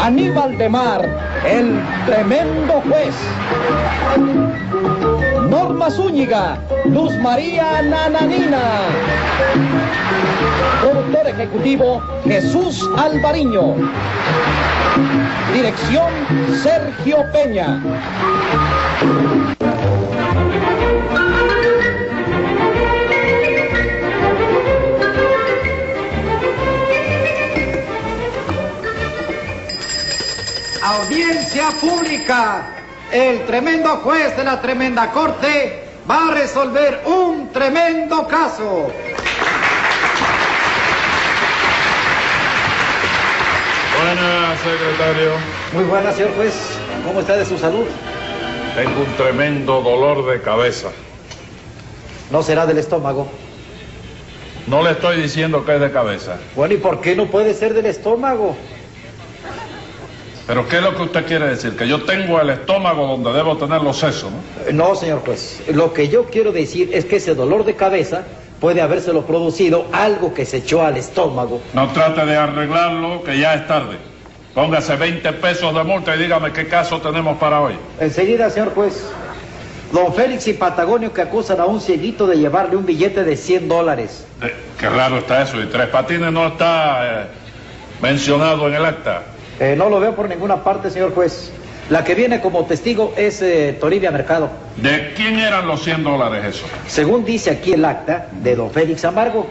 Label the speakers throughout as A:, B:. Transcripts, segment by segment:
A: Aníbal de Mar, el tremendo juez. Norma Zúñiga, Luz María Nananina. Productor ejecutivo Jesús Alvariño. Dirección Sergio Peña.
B: Audiencia pública. El tremendo juez de la tremenda corte va a resolver un tremendo caso.
C: Buenas, secretario.
B: Muy buenas, señor juez. ¿Cómo está de su salud?
C: Tengo un tremendo dolor de cabeza.
B: No será del estómago.
C: No le estoy diciendo que es de cabeza.
B: Bueno, ¿y por qué no puede ser del estómago?
C: Pero ¿qué es lo que usted quiere decir? Que yo tengo el estómago donde debo tener los sesos, ¿no?
B: Eh, No, señor juez. Lo que yo quiero decir es que ese dolor de cabeza puede habérselo producido algo que se echó al estómago.
C: No trate de arreglarlo, que ya es tarde. Póngase 20 pesos de multa y dígame qué caso tenemos para hoy.
B: Enseguida, señor juez. Don Félix y Patagonio que acusan a un cieguito de llevarle un billete de 100 dólares.
C: Eh, qué raro está eso. Y Tres Patines no está eh, mencionado en el acta.
B: Eh, no lo veo por ninguna parte, señor juez. La que viene como testigo es eh, Toribia Mercado.
C: ¿De quién eran los 100 dólares eso?
B: Según dice aquí el acta de don Félix Amargo.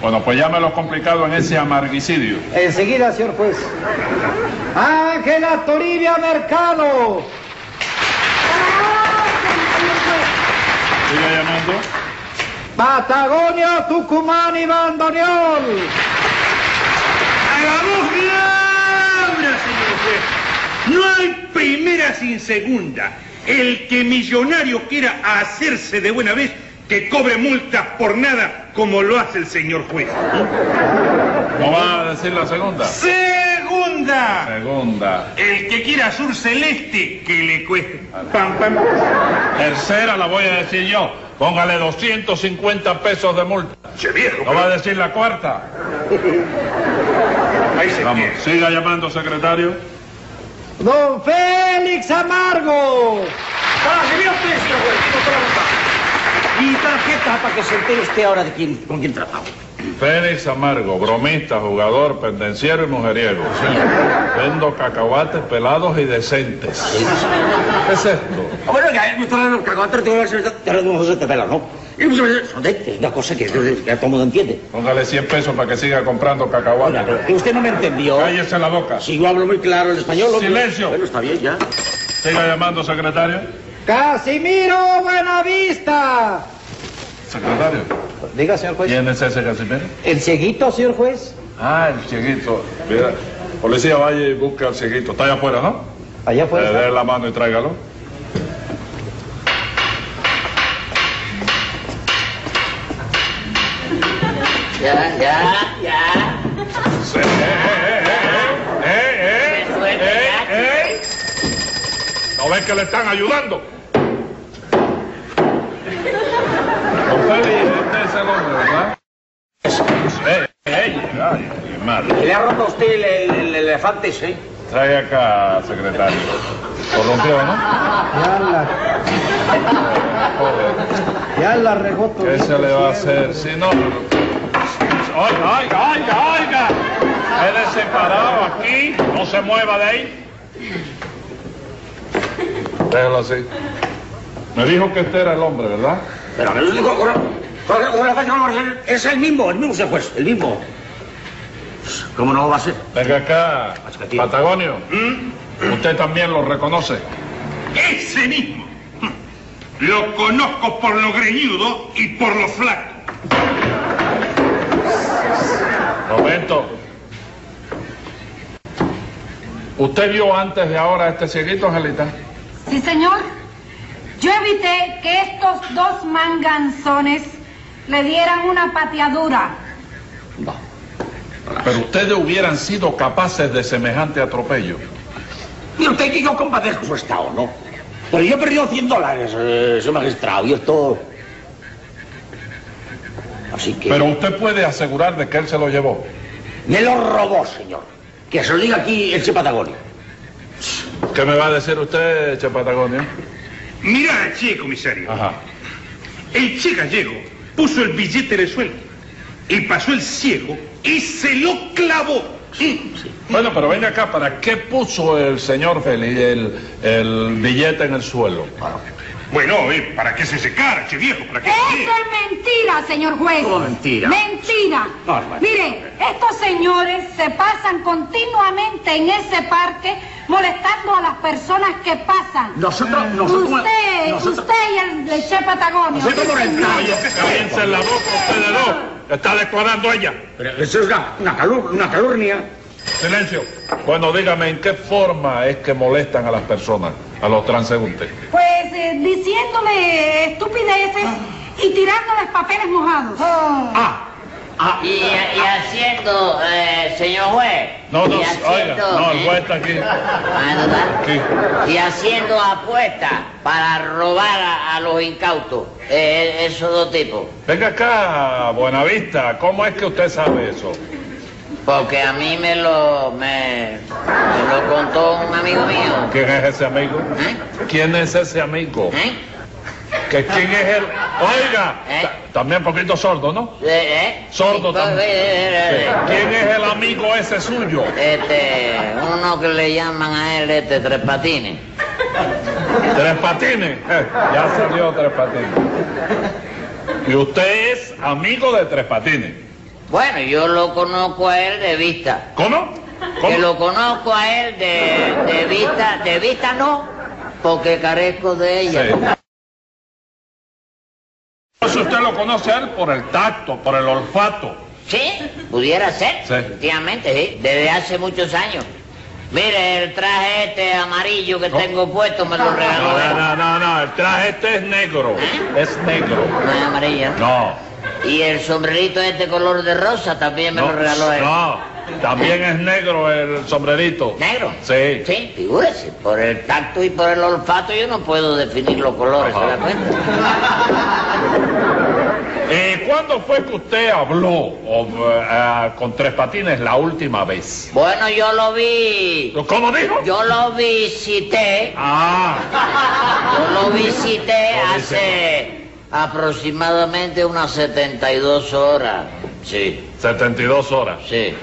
C: Bueno, pues ya me lo complicado en ese amarguicidio.
B: Enseguida, señor juez. Ángela Toribia Mercado.
C: Sigue llamando.
B: Patagonia, Tucumán y Bandoneón.
D: Hagamos la obra, señor juez. No hay primera sin segunda. El que millonario quiera hacerse de buena vez, que cobre multas por nada, como lo hace el señor juez.
C: ¿No va a decir la segunda?
D: Segunda.
C: Segunda.
D: El que quiera azul celeste, que le cueste. Pam, pam.
C: Tercera la voy a decir yo. Póngale 250 pesos de multa.
D: Che viejo.
C: ¿No va a decir la cuarta?
D: Ahí se
C: Vamos,
D: queda.
C: siga llamando, secretario.
B: Don Félix Amargo.
D: Para que vea usted, señor juez, que no se la boca.
E: Y tarjeta para que se entere usted ahora de quién, con quién trabajamos.
C: Félix Amargo, bromista, jugador, pendenciero y mujeriego. Sí. Vendo cacahuates pelados y decentes. ¿Qué es esto?
E: Bueno, ya, me traen los cacahuates, te voy a hacer de un José Tepela, ¿no? Y pues, eh, son de- una cosa que, que ya todo el mundo entiende.
C: Póngale 100 pesos para que siga comprando
E: Oiga,
C: cacahuates.
E: pero usted no me entendió.
C: Cállese la boca.
E: Si yo hablo muy claro el español, hombre.
C: Silencio.
E: Bueno, está bien, ya.
C: Siga llamando, secretario.
B: Casimiro Buenavista.
C: Secretario.
B: Diga, señor juez.
C: ¿Quién es ese Casimiro?
B: El cieguito, señor juez.
C: Ah, el chiquito. Mira, policía, vaya y busca al chiquito. Está allá afuera, ¿no?
B: Allá
C: Le
B: fue.
C: dé la mano y tráigalo.
F: Ya, ya, ya.
C: Sí. Eh, eh, eh, eh, eh, eh, eh, eh. ¿No ven que le están ayudando? Don Félix, este es el hombre, ¿verdad? Eh, eh, ay, mi madre.
E: Le ha roto a usted el, el- el elefante, sí.
C: Trae acá, secretario. Corrompió, ¿no?
B: Ya la, ya la regó
C: ¿Qué
B: Toribia.
C: se le va a hacer? Si no. Oiga, oiga, oiga, oiga. Quédese separado aquí. No se mueva de ahí. Déjalo así. Me dijo que este era el hombre, ¿verdad?
E: Pero a ver, lo digo, con- con- con la fecha, no, es el mismo, el mismo, señor juez, el mismo. ¿Cómo no va a ser?
C: Venga acá,
E: Mascatillo.
C: Patagonio. Usted también lo reconoce.
D: Ese mismo. Lo conozco por lo greñudo y por lo flaco.
C: Momento. ¿Usted vio antes de ahora a este cieguito, Angelita?
G: Sí, señor. Yo evité que estos dos manganzones le dieran una pateadura.
C: Pero ustedes hubieran sido capaces de semejante atropello.
E: Y usted que yo compadezco su estado, ¿no? Pero yo he perdido 100 dólares, eh, su magistrado, y esto... Así que...
C: Pero usted puede asegurar de que él se lo llevó.
E: Me lo robó, señor. Que se lo diga aquí el Patagonio.
C: ¿Qué me va a decir usted, eh? Che Patagonio?
D: Mirá, che, comisario.
C: Ajá.
D: El che gallego puso el billete en el suelo y pasó el ciego y se lo clavó. Mm.
C: Bueno, pero venga acá, ¿para qué puso el señor Félix el, el billete en el suelo?
D: Bueno, eh, ¿para qué se secara, che viejo? ¿Para qué?
G: Eso es mentira, señor juez.
E: ¿Cómo Eh, mentira?
G: Mentira.
E: No, hermano.
G: Mire, estos señores se pasan continuamente en ese parque molestando a las personas que pasan.
E: Nosotros, nosotros...
G: usted,
E: nosotros-
G: usted y el de Che Patagonio.
E: Nosotros
G: sí,
E: por el
G: señor.
E: calle.
C: Cállense la boca ustedes dos. Está declarando ella.
E: Pero eso es una, una, calur- una calurnia.
C: Silencio. Bueno, dígame, ¿en qué forma es que molestan a las personas, a los transeúntes?
G: Pues eh, diciéndole estupideces y tirándoles papeles mojados.
E: Ah, ah,
F: Y, y haciendo, eh, señor juez.
C: No, no,
F: y ¿Eh?
C: oiga, no, el juez está aquí.
F: Ah, ¿no está?
C: Aquí.
F: Y haciendo apuestas para robar a, a los incautos. Eh, esos dos tipos.
C: Venga acá, Buenavista, ¿cómo es que usted sabe eso?
F: Porque a mí me lo, me, me lo contó un amigo mío.
C: ¿Quién es ese amigo?
F: ¿Eh?
C: ¿Quién es ese amigo?
F: ¿Eh?
C: ¿Que ¿Quién es el...? Oiga,
F: ¿Eh?
C: ta- también poquito sordo, ¿no?
F: ¿Eh? ¿Eh?
C: Sordo
F: Sí,
C: también.
F: eh, eh, eh.
C: ¿Quién es el amigo ese suyo?
F: Este, uno que le llaman a él este tres patines.
C: Tres patines. Eh, ya salió tres patines. Y usted es amigo de tres patines.
F: Bueno, yo lo conozco a él de vista.
C: ¿Cómo?
F: Que
C: ¿Cómo?
F: lo conozco a él de, de vista, de vista no, porque carezco de ella.
C: Sí. Entonces usted lo conoce a él por el tacto, por el olfato.
F: Sí, pudiera ser,
C: Sí.
F: efectivamente, sí, desde hace muchos años. Mire, el traje este amarillo que
C: No.
F: tengo puesto me lo regaló
C: No, no,
F: él.
C: no, no, no, el traje este es negro. Es negro.
F: No es amarillo. ¿no?
C: No,
F: Y el sombrerito este color de rosa también me
C: no,
F: lo regaló él.
C: no. También es negro el sombrerito.
F: ¿Negro?
C: Sí.
F: Sí, figúrese, por el tacto y por el olfato yo no puedo definir los colores, ¿se da
C: Ajá.
F: cuenta?
C: Eh, ¿Cuándo fue que usted habló o, eh, ah, con tres patines la última vez?
F: Bueno, yo lo vi,
C: ¿Cómo dijo?
F: yo lo visité,
C: Ah,
F: yo lo visité
C: No,
F: hace aproximadamente unas 72 horas. Sí,
C: 72 horas.
F: sí.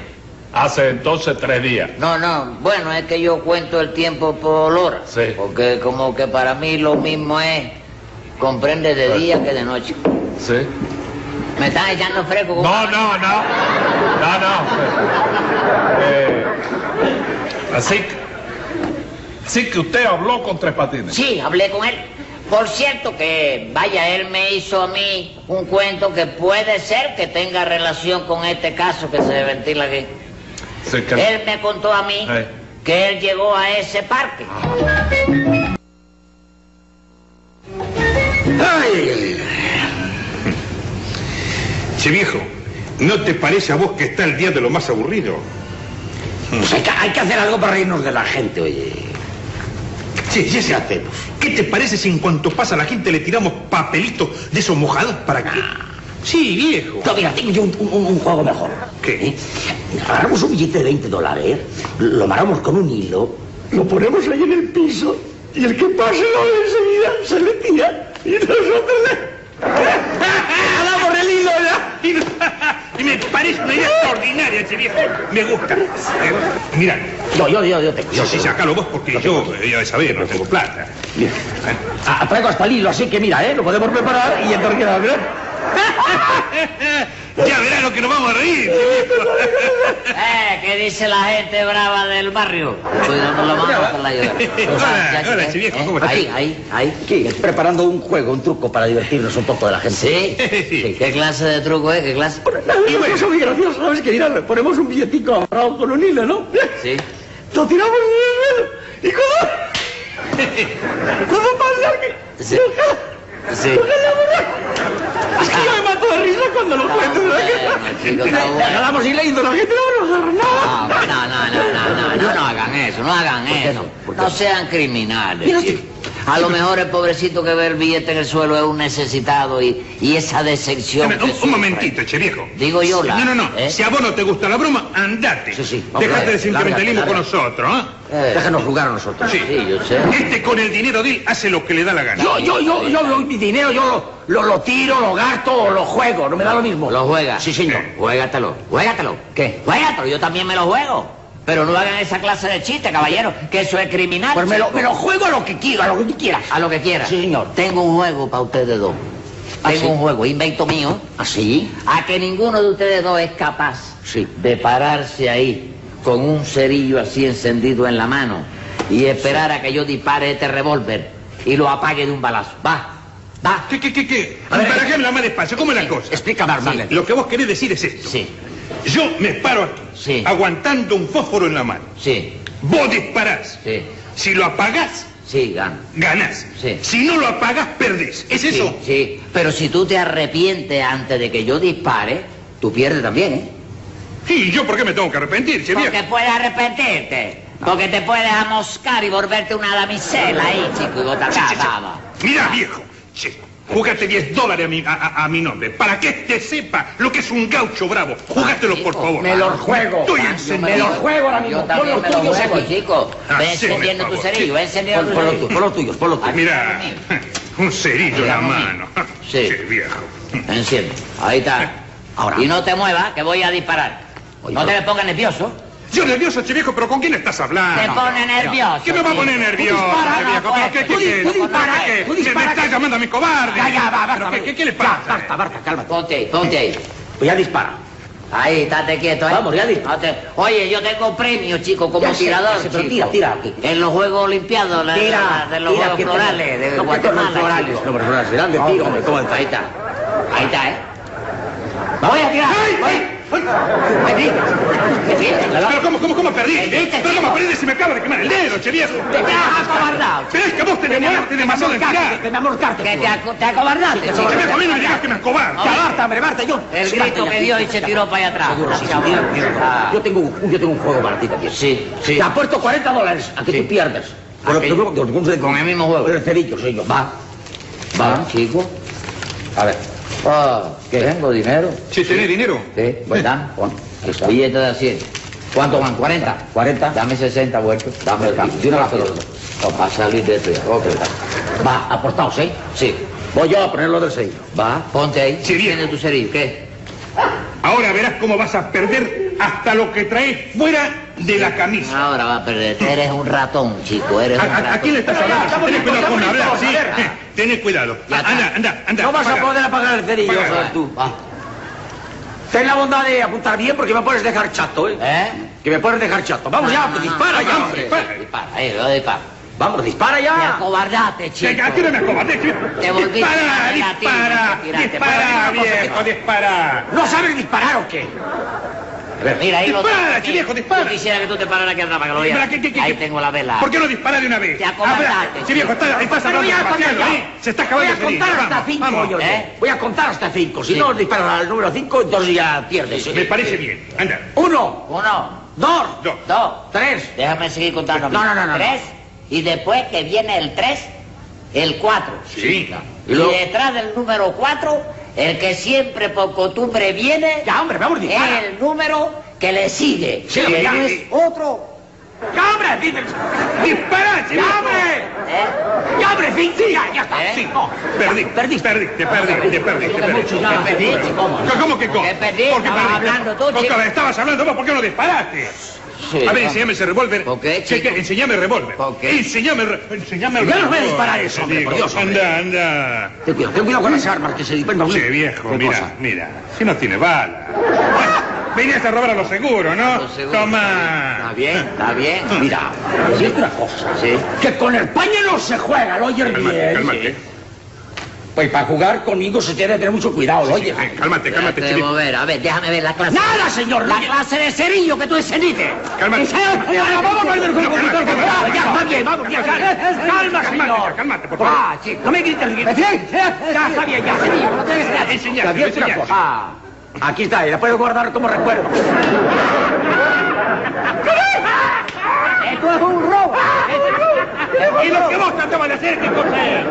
C: Hace entonces tres días.
F: No, no, bueno, es que yo cuento el tiempo por hora,
C: Sí.
F: porque como que para mí lo mismo es, comprende de día que de noche.
C: Sí.
F: Me están echando fresco. con-
C: No, no, no. No, no. Eh, así que, sí que usted habló con tres patines.
F: Sí, hablé con él. Por cierto que, vaya, él me hizo a mí un cuento que puede ser que tenga relación con este caso que se ventila aquí.
C: Sí, que-
F: Él me contó a mí
C: Eh.
F: que él llegó a ese parque.
D: ¡Ay! Che viejo, ¿no te parece a vos que está el día de lo más aburrido?
E: pues hay, que, hay que hacer algo para reírnos de la gente, oye.
H: Sí, sí, sí.
E: ¿Qué hacemos?
H: ¿Qué te parece si en cuanto pasa la gente le tiramos papelitos de esos mojados para que... Ah. Sí, viejo.
E: No, mira, tengo yo un, un- un juego mejor.
H: ¿Qué?
E: ¿Eh? Agarramos un billete de 20 dólares, lo amarramos con un hilo, lo ponemos ahí en el piso, y el que pase lo ve enseguida se le tira, y nosotros le...
H: ¡Hagamos el hilo ya!
D: Y me parece una idea extraordinaria, che viejo.
H: Me gusta. Eh, mira,
E: Yo, yo, yo, yo tengo.
H: yo
E: Yo,
H: sí,
E: tengo.
H: sacalo vos porque yo, eh, ya de saber, no tengo plata.
E: Mira, ah, traigo hasta el hilo, así que mira, ¿eh? Lo podemos preparar y entonces queda, ¿verdad?
H: Ya verás lo que nos vamos a reír.
F: Eh, ¿Qué dice la gente brava del barrio? Estoy dando la mano con la ayuda.
H: Hola, hola, che viejo, ¿cómo estás?
F: Eh, Ahí, ahí, ahí.
E: Aquí, preparando un juego, un truco para divertirnos un poco de la gente.
F: ¿Sí? ¿Qué clase de truco es? ¿Qué clase?
E: Y bueno, eso es muy gracioso, ¿sabes qué dirán? Le ponemos un billetico amarrado con un hilo, ¿no?
F: Sí.
E: Lo tiramos en el hilo y cuando... Cuando pasa que...
F: Sí. Sí.
E: Lo jalamos. Es que yo me mato de risa cuando lo cuento, ¿verdad?
F: Está bueno, chico, está bueno. Ah,
E: Jalamos y leyendo, la gente no nos agarra nada.
F: No, no, no, no, no, no, no, no hagan eso, no hagan
E: ¿Por qué
F: eso.
E: no? ¿Por qué
F: No
E: no?
F: sean criminales.
E: Mira usted.
F: A lo mejor el pobrecito que ve el billete en el suelo es un necesitado y, y esa decepción.
D: Dame,
F: que
D: un, un
F: sufre.
D: momentito, che viejo.
F: Digo yo la.
D: No, no, no.
F: ¿eh?
D: Si a vos no te gusta la broma, andate.
F: Sí, sí.
D: Dejate
F: Ok,
D: de sentimentalismo con nosotros, ¿ah?
F: Eh,
E: Déjanos jugar a nosotros.
F: Sí, yo sé.
D: Este con el dinero de él hace lo que le da la gana.
E: Yo, yo, yo, yo, lo- mi dinero, yo lo, lo, lo tiro, lo gasto o lo juego, no me da lo mismo.
F: ¿Lo juega?
E: Sí, señor.
F: Juégatelo, juégatelo.
E: ¿Qué?
F: Juégatelo, yo también me lo juego. Pero no hagan esa clase de chiste, caballero, que eso es criminal.
E: Pues me lo, me lo juego a lo que quiero, a lo que tú quieras.
F: A lo que quiera.
E: Sí, señor.
F: Tengo un juego para ustedes dos.
E: ¿Ah,
F: Tengo
E: sí? ¿Ah,
F: un juego, invento mío,
E: ¿Así?
F: a que ninguno de ustedes dos es capaz
E: Sí.
F: de pararse ahí con un cerillo así encendido en la mano y esperar a que yo dispare este revólver y lo apague de un balazo. Va, va.
D: ¿Qué, qué, qué, qué?
E: A ver,
D: Barajéamela más despacio, ¿cómo es la cosa?
E: Explícame, Armando.
D: Lo que vos querés decir es esto.
F: Sí,
D: Yo me paro aquí,
F: Sí.
D: aguantando un fósforo en la mano.
F: sí,
D: Vos disparás.
F: sí,
D: Si lo apagás,
F: sí, gano.
D: ganás.
F: Sí.
D: Si no lo apagás, perdés. ¿Es
F: Sí,
D: eso?
F: Sí, pero si tú te arrepientes antes de que yo dispare, tú pierdes también, ¿eh?
D: ¿Y yo por qué me tengo que arrepentir, che viejo?
F: Porque puedes arrepentirte. Porque te puedes amoscar y volverte una damisela ahí,
E: Ah.
F: chico, y botar
D: Che, che, che.
F: acá,
D: Mirá, viejo. Che, jugaste 10 dólares a mi, a, a- a mi nombre. Para que este sepa lo que es un gaucho bravo. Jugátelo, por
F: chico,
D: favor.
E: Ah,
D: Ah,
E: Me lo juego. Ah,
D: Estoy
E: Me
D: encendido.
E: lo juego ahora mismo.
F: Yo también
E: Pon
F: me
E: los
F: lo
E: tuyos
F: juego,
E: aquí. Ah,
F: chico. Ve
D: Haceme
F: encendiendo tu
D: favor,
F: cerillo,
D: sí.
F: ve encendiendo
E: Pon,
F: tu
E: pon los
F: cerillo.
E: tuyos, pon los tuyos, pon los tuyos.
D: Mirá, un cerillo en la mano.
F: Sí.
D: Che, viejo.
F: Enciende. Ahí está.
E: Ahora.
F: Y no te muevas, que voy a disparar.
E: Oye,
F: no te
E: pero-
F: le pongas nervioso.
D: Yo nervioso, che viejo, pero ¿con quién estás
F: te
D: hablando?
F: pone nervioso.
D: ¿Qué me va a
F: chico.
D: poner nervioso,
E: disparas,
D: che viejo?
F: pues,
D: ¿Pero qué
F: tú
E: di-
D: quiere?
E: tú disparas,
D: ¿Qué?
E: tú
D: Se me
E: disparas.
D: está llamando a mi cobarde.
E: Ya, ya, va, basta.
D: ¿Pero qué,
E: ven.
D: qué le
E: Ya,
D: pasa?
E: Basta, basta, cálmate.
F: Ponte ahí, ponte ahí.
E: Pues ya dispara.
F: Ahí, estate quieto, ¿eh?
E: Vamos, ya di-
F: No te- Oye, yo tengo premio, chico, como
E: Ya sé,
F: tirador,
E: ya sé, pero
F: chico.
E: tira, tira aquí.
F: En los Juegos Olimpiados, la-
E: Tira,
F: la- de los
E: tira, que
F: Juegos Florales,
E: te-
F: de
E: no, que te-
F: Guatemala.
E: los florales,
F: chico.
E: no, pero florales, serán de
F: No,
E: tiro, hombre,
F: hombre,
E: ¿cómo está?
F: Ahí está, ahí está, ¿eh? Voy a tirar. voy. Me tira. Me tira.
D: ¿Pero cómo, cómo, cómo perdí?
F: Perdiste,
E: Este
D: eh? ¿Pero cómo
F: chico.
D: perdí si me acaba de quemar el dedo, che viejo?
F: Te has acobardado, chico.
D: Pero es que vos te demoraste demasiado en tirar.
E: Que me amorcaste.
F: Que te, aco- te acobardaste,
D: Che
F: chico.
D: viejo, a mí no me digas que me acobardo.
E: Ya basta, hombre, basta, yo.
F: El
E: Sí,
F: grito
E: basta,
F: que
E: ya,
F: dio y
E: ya,
F: se
E: ya.
F: tiró para allá atrás.
E: Seguro, sí, sí,
F: Ah,
E: tira, tira.
F: ah,
E: Yo tengo, un- yo tengo un juego para ti también.
F: Sí, sí.
E: Te apuesto 40 dólares a que
F: Sí.
E: tú pierdas. Con,
F: Aquí.
E: otro juego, con,
F: Con el mismo juego.
E: Con el cerillo, señor.
F: Va, va, chico.
E: A ver.
F: Ah, que tengo dinero.
D: Che, ¿tenés dinero?
F: Sí, ¿verdad?
E: Juan, ahí está.
F: Billete de 100. ¿Cuánto van? ¿40?
E: 40.
F: Dame 60 vueltos. Dame el cambio.
E: De una vez te lo doy.
F: Va a salir de esto ya.
E: Ok.
F: Va, aportados, ¿eh? Sí.
E: Voy yo a ponerlo del cerillo.
F: Va, ponte ahí.
D: Sí, bien.
F: Tiene tu cerillo. ¿Qué?
D: Ahora verás cómo vas a perder hasta lo que traes fuera de la
E: Ah,
D: camisa.
F: Ahora va a perder. Eres un ratón, chico. Eres
D: ¿A,
F: un
D: a-
F: ratón.
D: a quién le estás hablando? Tenés cuidado con hablar, sí. Eh, Tenés cuidado. Ah,
F: Ya está.
D: Anda, anda, anda.
E: no vas
D: apaga.
E: a poder apagar el cerillo,
D: Apaga.
E: joder, tú.
F: Va.
E: Ten la bondad de apuntar bien porque me puedes dejar chato, ¿eh?
F: ¿Eh?
E: Que me puedes dejar chato. Vamos
F: Ah,
E: Ah. ya, pues dispara ya,
F: sí,
E: hombre.
F: sí, Dispara, eh, lo dispara.
E: Vamos, dispara
F: Te
E: ya.
F: acobardaste,
D: Che,
F: chico.
D: ¿A quién me acobardé, che viejo?
F: Te volviste
D: Dispara,
F: una gelatina,
D: dispara,
F: te tiraste.
D: dispara,
F: Bueno, una cosa
D: viejo,
F: que-
D: dispara.
E: ¿No sabes disparar o qué?
F: Mira, ahí lo
D: Dispara,
F: tengo. eh.
D: che viejo, dispara.
F: Yo quisiera que tú te pararas aquí atrás para que lo vieras.
D: Espera, ¿qué, qué, qué,
F: Ahí
D: qué?
F: tengo la vela.
D: ¿Por qué no dispara de una vez?
F: Te acobardaste,
D: Habla. Che viejo, estás, estás
E: Pero voy
D: hablando
E: a contar
D: demasiado,
E: ya.
D: ¿eh? Se está acabando
E: Voy a
D: el
E: contar
D: cerillo.
E: hasta
D: Vamos,
E: cinco,
D: vamos.
E: yo.
F: ¿Eh?
E: Voy a contar hasta cinco. Si
F: Sí.
E: no disparas al número cinco, entonces ya pierdes.
D: Me parece bien. Anda.
E: Uno,
F: Uno,
E: dos,
D: Dos.
F: dos,
E: tres.
F: Déjame seguir contando. a mí.
E: No, no, no, no.
F: Tres, y después que viene el tres, el cuatro.
D: Sí.
F: Y
E: luego-
F: detrás del número cuatro, el que siempre por costumbre viene,
E: Ya, hombre, vamos,
F: es
E: dispara.
F: el número que le sigue.
E: Sí,
F: Que
E: ya,
F: no es
E: eh.
F: otro.
E: ¡Ya, hombre! dime.
D: Dispara, che
E: ¡Ya,
D: viejo.
E: hombre!
F: ¿eh?
E: ¡Ya, hombre! fin, sí, ¡Ya, ya está!
F: ¿Eh?
E: sí, no.
D: Perdí, perdí, perdí, te perdí, te perdí, te perdí.
E: mucho ya.
F: ¿Qué perdiste? ¿Cómo?
D: ¿Cómo que cómo?
F: ¿Qué perdí?
D: ¿Por
F: Estabas
D: perdiste?
F: hablando tú,
D: Porque
F: chico.
D: estabas hablando vos, ¿por qué no disparaste?
F: Sí,
D: a ver,
F: va.
D: enseñame ese revólver.
F: ¿Por qué,
D: Che,
F: chico?
D: que- enseñame el revólver.
F: ¿Por qué?
D: Enseñame el re- enseñame el
E: Ya
D: revólver.
E: no voy a disparar eso, hombre,
D: Te
E: por
D: digo,
E: Dios, hombre.
D: Anda, anda.
E: Ten cuidado, ten cuidado con las armas que se disparan.
D: Che, viejo,
E: ¿Qué
D: mira,
E: cosa?
D: mira. Si no tiene bala. Bueno, Venías a robar a los seguros, ¿no?
F: Lo seguro. Está
D: Toma.
F: bien, está bien.
E: Ah, Mira, decirte una cosa.
F: Sí.
E: Que con el paño no se juega, lo oyes
D: Calmate,
E: bien.
D: calmate.
E: Pues para jugar conmigo se tiene que tener mucho cuidado, lo oyes.
D: Eh, Calmate, calmate,
F: Déjate de
D: che viejo.
F: mover. A ver, déjame ver la clase.
E: Nada, señor,
F: La
E: lo-
F: clase de cerillo que tú encendiste.
D: Calmate.
E: Vamos a perder con el conductor, con- Ah, ya, vamos bien, vamos bien, calma, calma,
D: Calmate,
E: señor.
D: calmate, por favor.
E: Ah, chico, no me grites. grites. Ya está bien, ya, señor, no tienes nada.
D: Enseñate,
E: Te advierto una
D: enseñate.
E: cosa. Ah, aquí está, y la puedo guardar como recuerdo.
F: Eh, tú
A: no es un robo.
D: Y lo que vos tratabas de hacer, ¿qué cosa era?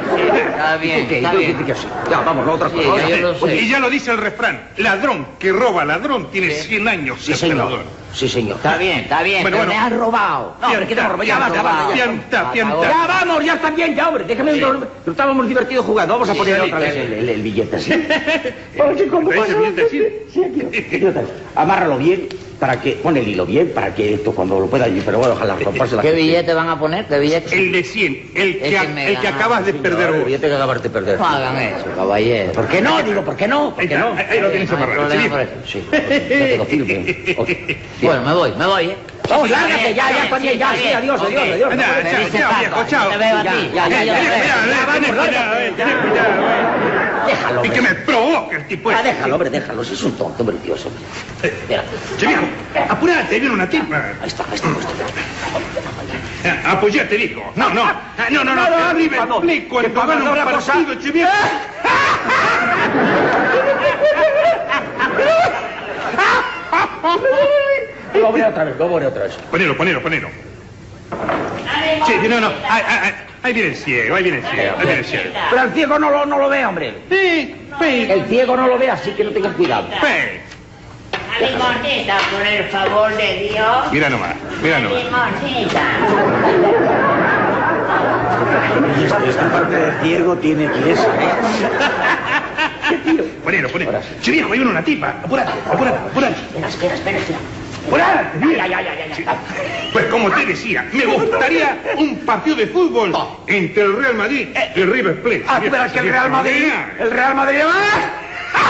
F: Está bien,
E: Ok,
F: está
E: yo
F: bien.
E: te que sí. Ya, vamos, la otra
F: Sí,
E: cosa.
F: ya yo lo sé.
D: Y ya lo dice el refrán, ladrón que roba ladrón tiene 100 años,
E: Sí, señor. Sí, señor.
F: Está bien, está bien,
D: Bueno,
F: pero
D: bueno.
F: me han robado.
E: No, hombre, que no, hombre, ya basta, basta, ya.
D: Pianta,
E: Ya
D: pianta.
E: vamos, ya está bien, ya, hombre. Déjame dormir. Estábamos divertidos jugando. Vamos a
F: Sí,
E: poner
F: sí,
E: otra vez
F: sí.
E: el, el- el billete así. para que cuando
D: Parece
E: pase la
D: bien
E: gente- Sí, aquí lo- aquí lo tengo. Amárralo bien, para que... Pon el hilo bien, para que esto cuando lo pueda... Pero bueno, ojalá romperse la
F: ¿Qué
E: gente.
F: billete van a poner? ¿Qué billete?
D: El de 100, el que,
F: Ese
D: a-
F: me
D: el que
F: ganaron,
D: acabas de
E: Sí,
D: perder
E: El
D: vos.
E: billete que acabas de perder.
F: No hagan eso, caballero.
E: ¿Por qué no? Digo, ¿por qué no? ¿Por
D: Ahí
E: qué
D: está,
E: no?
D: ahí- ahí lo tienes
F: No hay
D: amarrado.
F: problema
D: sí.
F: por eso.
E: Sí, ya te lo firme. Ok.
F: Bueno, me voy, me voy, ¿eh?
B: Oh,
E: Vamos, lárgate, ya, ya, está bien, ya, sí, adiós, adiós, adiós.
D: Anda,
E: no puede
D: chao,
E: ser.
F: dice
D: chao,
F: tanto,
D: viejo, chao.
F: yo te veo a ti, ya, ya,
D: Eh,
F: ya
D: tenés
F: lo sé.
D: cuidado, eh, tenés cuidado,
E: Ya, vamos,
D: eh, tenés cuidado, eh.
E: Déjalo,
D: Y que
E: hombre.
D: me provoca el tipo
E: Ah,
D: este.
E: déjalo, hombre, déjalo. Si es un tonto, hombre, Dios, hombre. Mira,
D: Che, viejo, apurate, viene una tipa.
E: ahí está, ahí está, ahí está.
D: Eh, Apoyate, viejo. No, no, Ah, no, no, no.
E: Claro,
D: el
E: abrí,
D: River
E: cuando-
D: Plate
E: que
D: cuando
E: cuando
D: gana un
E: habrá Ah. cosa-
D: partido, che, viejo.
E: Lo abrí otra vez, lo abrí otra vez.
D: Ponelo, ponelo, ponelo. Che, no, no, ahí, ahí, ahí- ahí viene el ciego, ahí viene el ciego, ahí viene el ciego.
E: Pero el ciego no lo, no lo ve, hombre.
D: Sí, sí.
E: El ciego no lo ve, así que no tengas cuidado.
D: Sí.
I: Limonita, por el favor de Dios.
D: Mira nomás, mira nomás.
I: Limonita.
E: Esta parte del ciego tiene tiesa, ¿eh? ¿Qué tío?
D: Ponelo, ponelo.
E: Ahora sí.
D: Che, viejo, ahí viene una tipa. Apurate, apurate, apurate.
E: Espera, espera, espera, espera.
D: ¡Apurate, viejo.
E: Ya, ya, ya, ya, ya.
D: Pues como te decía, me gustaría un partido de fútbol entre el Real Madrid y el River Plate.
E: Oh. Ah, espera, que el Real Madrid... El Real Madrid... ¡Ah!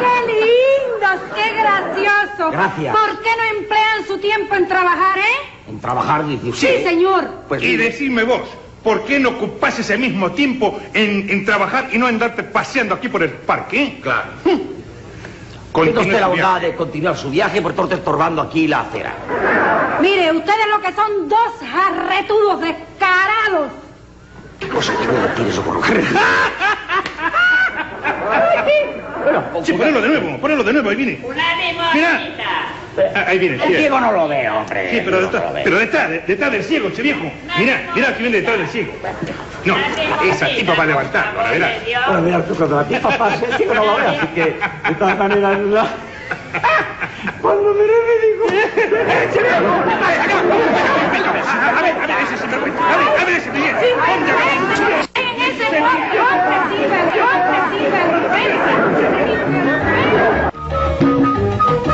G: ¡Qué lindos! ¡Qué graciosos!
E: Gracias.
G: ¿Por qué no emplean su tiempo en trabajar, eh?
E: En trabajar, dice
G: Sí,
E: usted.
G: señor.
E: Pues
D: y decime vos, ¿por qué no ocupás ese mismo tiempo en, en trabajar y no andarte paseando aquí por el parque? eh?
E: Claro. Tenga
D: Continúa
E: usted la
D: tu
E: bondad de continuar su viaje por estar estorbando aquí la acera.
G: Mire, ustedes lo que son dos jarretudos descarados.
E: ¿Qué cosa que no tiene eso por lo que-
D: viaje. Sí, ponelo de nuevo, ponelo de nuevo, ahí viene.
I: Una limonita.
D: Mirá. Ah, ahí viene,
E: El
D: sí.
E: ciego no lo ve, hombre.
D: Sí, pero
E: no lo
D: detrás,
E: ve.
D: pero detrás, de- detrás del ciego, che viejo. Mirá, mirá que viene detrás del ciego. No, esa tipa va a levantar, ahora verás.
E: Bueno, mira, tú cuando la tipa pasa, el ciego no lo ve, así que de todas maneras no. Cuando miré me dijo. ¡Eh, se ve! ¡Ay, acá!
D: A ver, a ver, ese sinvergüenza. A ver, a ver, ese billete.
G: ¡En ese golpe, golpe, sí, golpe, sí, vergüenza!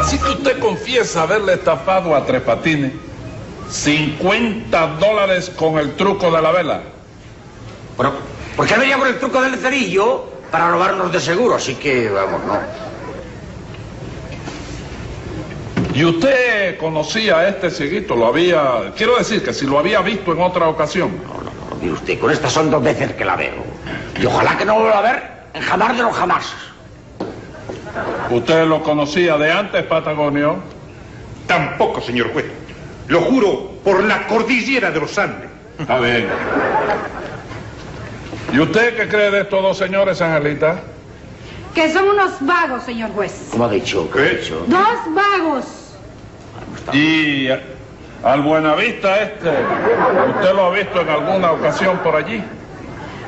C: Si usted confiesa haberle estafado a Tres Patines 50 dólares con el truco de la vela,
E: Bueno, porque venía con el truco del cerillo para robarnos de seguro, así que vamos, no.
C: y usted conocía a este cieguito, lo había, quiero decir que si lo había visto en otra ocasión,
E: No, no, no, mire usted, con estas son dos veces que la veo. Y ojalá que no vuelva a ver en jamás de los jamás.
C: usted lo conocía de antes, Patagonio,
D: Tampoco, señor juez. Lo juro por la cordillera de los Andes.
C: está bien. ¿Y usted qué cree de estos dos señores, Angelita?
G: Que son unos vagos, señor juez.
E: ¿Cómo ha dicho? ¿Cómo ha dicho?
G: Dos vagos.
C: Y eh, al Buenavista este, ¿usted lo ha visto en alguna ocasión por allí?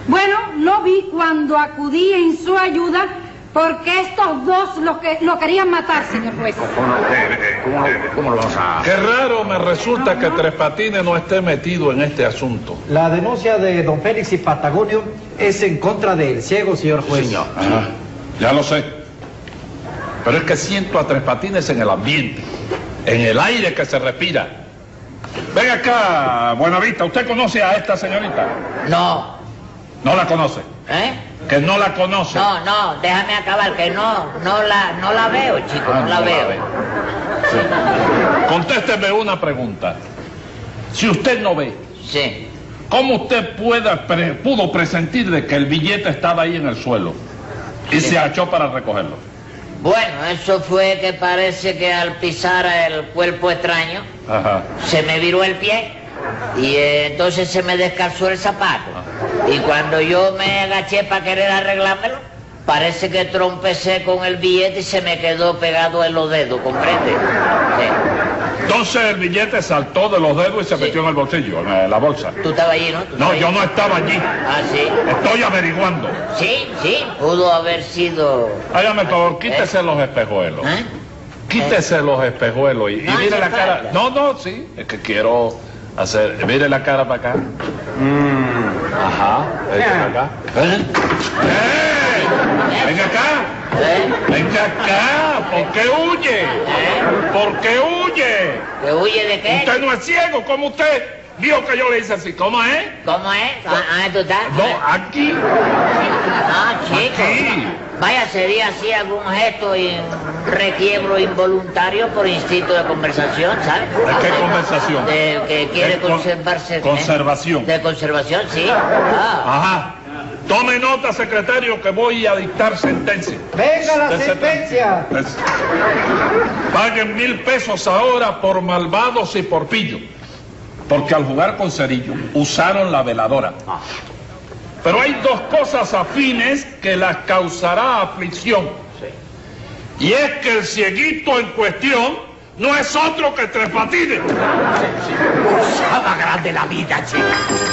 G: Bueno, lo vi cuando acudí en su ayuda porque estos dos lo, que, lo querían matar, señor juez.
E: ¿Cómo lo, cómo lo vamos a...?
C: Qué raro me resulta que Tres Patines no esté metido en este asunto.
B: La denuncia de don Félix y Patagonio es en contra del ciego, señor juez.
E: Señor.
C: Ajá, ya lo sé. Pero es que siento a Tres Patines en el ambiente, en el aire que se respira. Ven acá, Buenavista, ¿usted conoce a esta señorita?
F: No,
C: No la conoce,
F: ¿eh?
C: que no la conoce.
F: No, no, déjame acabar, que no, no la, no la veo, chico,
C: Ah,
F: no la
C: ve.
F: veo.
C: Sí. Contésteme una pregunta. Si usted no ve,
F: Sí.
C: ¿Cómo usted pueda, pre- pudo presentir de que el billete estaba ahí en el suelo y se achó para recogerlo?
F: Bueno, eso fue que parece que al pisar el cuerpo extraño
C: Ajá.
F: se me viró el pie y eh, entonces se me descalzó el zapato. Y cuando yo me agaché para querer arreglármelo, parece que trompecé con el billete y se me quedó pegado en los dedos, ¿comprende? Sí.
C: Entonces el billete saltó de los dedos y se metió en el bolsillo, en eh, la bolsa.
F: Tú estabas allí, ¿no? Tú
C: No,
F: estabas
C: yo
F: allí.
C: no estaba allí.
F: Ah, sí.
C: Estoy averiguando.
F: Sí, sí, pudo haber sido.
C: Hágame el favor, quítese los espejuelos.
F: ¿Eh?
C: Quítese los espejuelos y, y
F: No
C: mire
F: hace
C: la cara.
F: falta.
C: No, no, sí. Es que quiero hacer. Mire la cara para acá. Mm, Ajá. Echa para acá. ¿Eh? ¡Eh! ¡Venga acá!
F: ¿Eh?
C: ¡Venga acá! ¿Por qué huye? ¿Por qué huye?
F: ¿Que huye de qué?
C: Usted no es ciego, como usted vio que yo le hice así. ¿Cómo es?
F: ¿Cómo es? Ah, ah, tú estás.
C: No, aquí.
F: Ah, chico.
C: Aquí.
F: Vaya, sería así algún gesto y un requiebro involuntario por instinto de conversación, ¿sabes?
C: ¿De qué conversación?
F: De que quiere
C: De con-
F: conservarse. ¿eh?
C: conservación.
F: De conservación, sí. Ah.
C: Ajá. Tome nota, secretario, que voy a dictar sentencia.
B: Venga la
C: Usted se-
B: sentencia.
C: Es- Paguen mil pesos ahora por malvados y por pillo. Porque al jugar con cerillo usaron la veladora. Pero hay dos cosas afines que las causará aflicción. Y es que el cieguito en cuestión no es otro que Tres Patines.
E: Cosa más grande la vida, chico.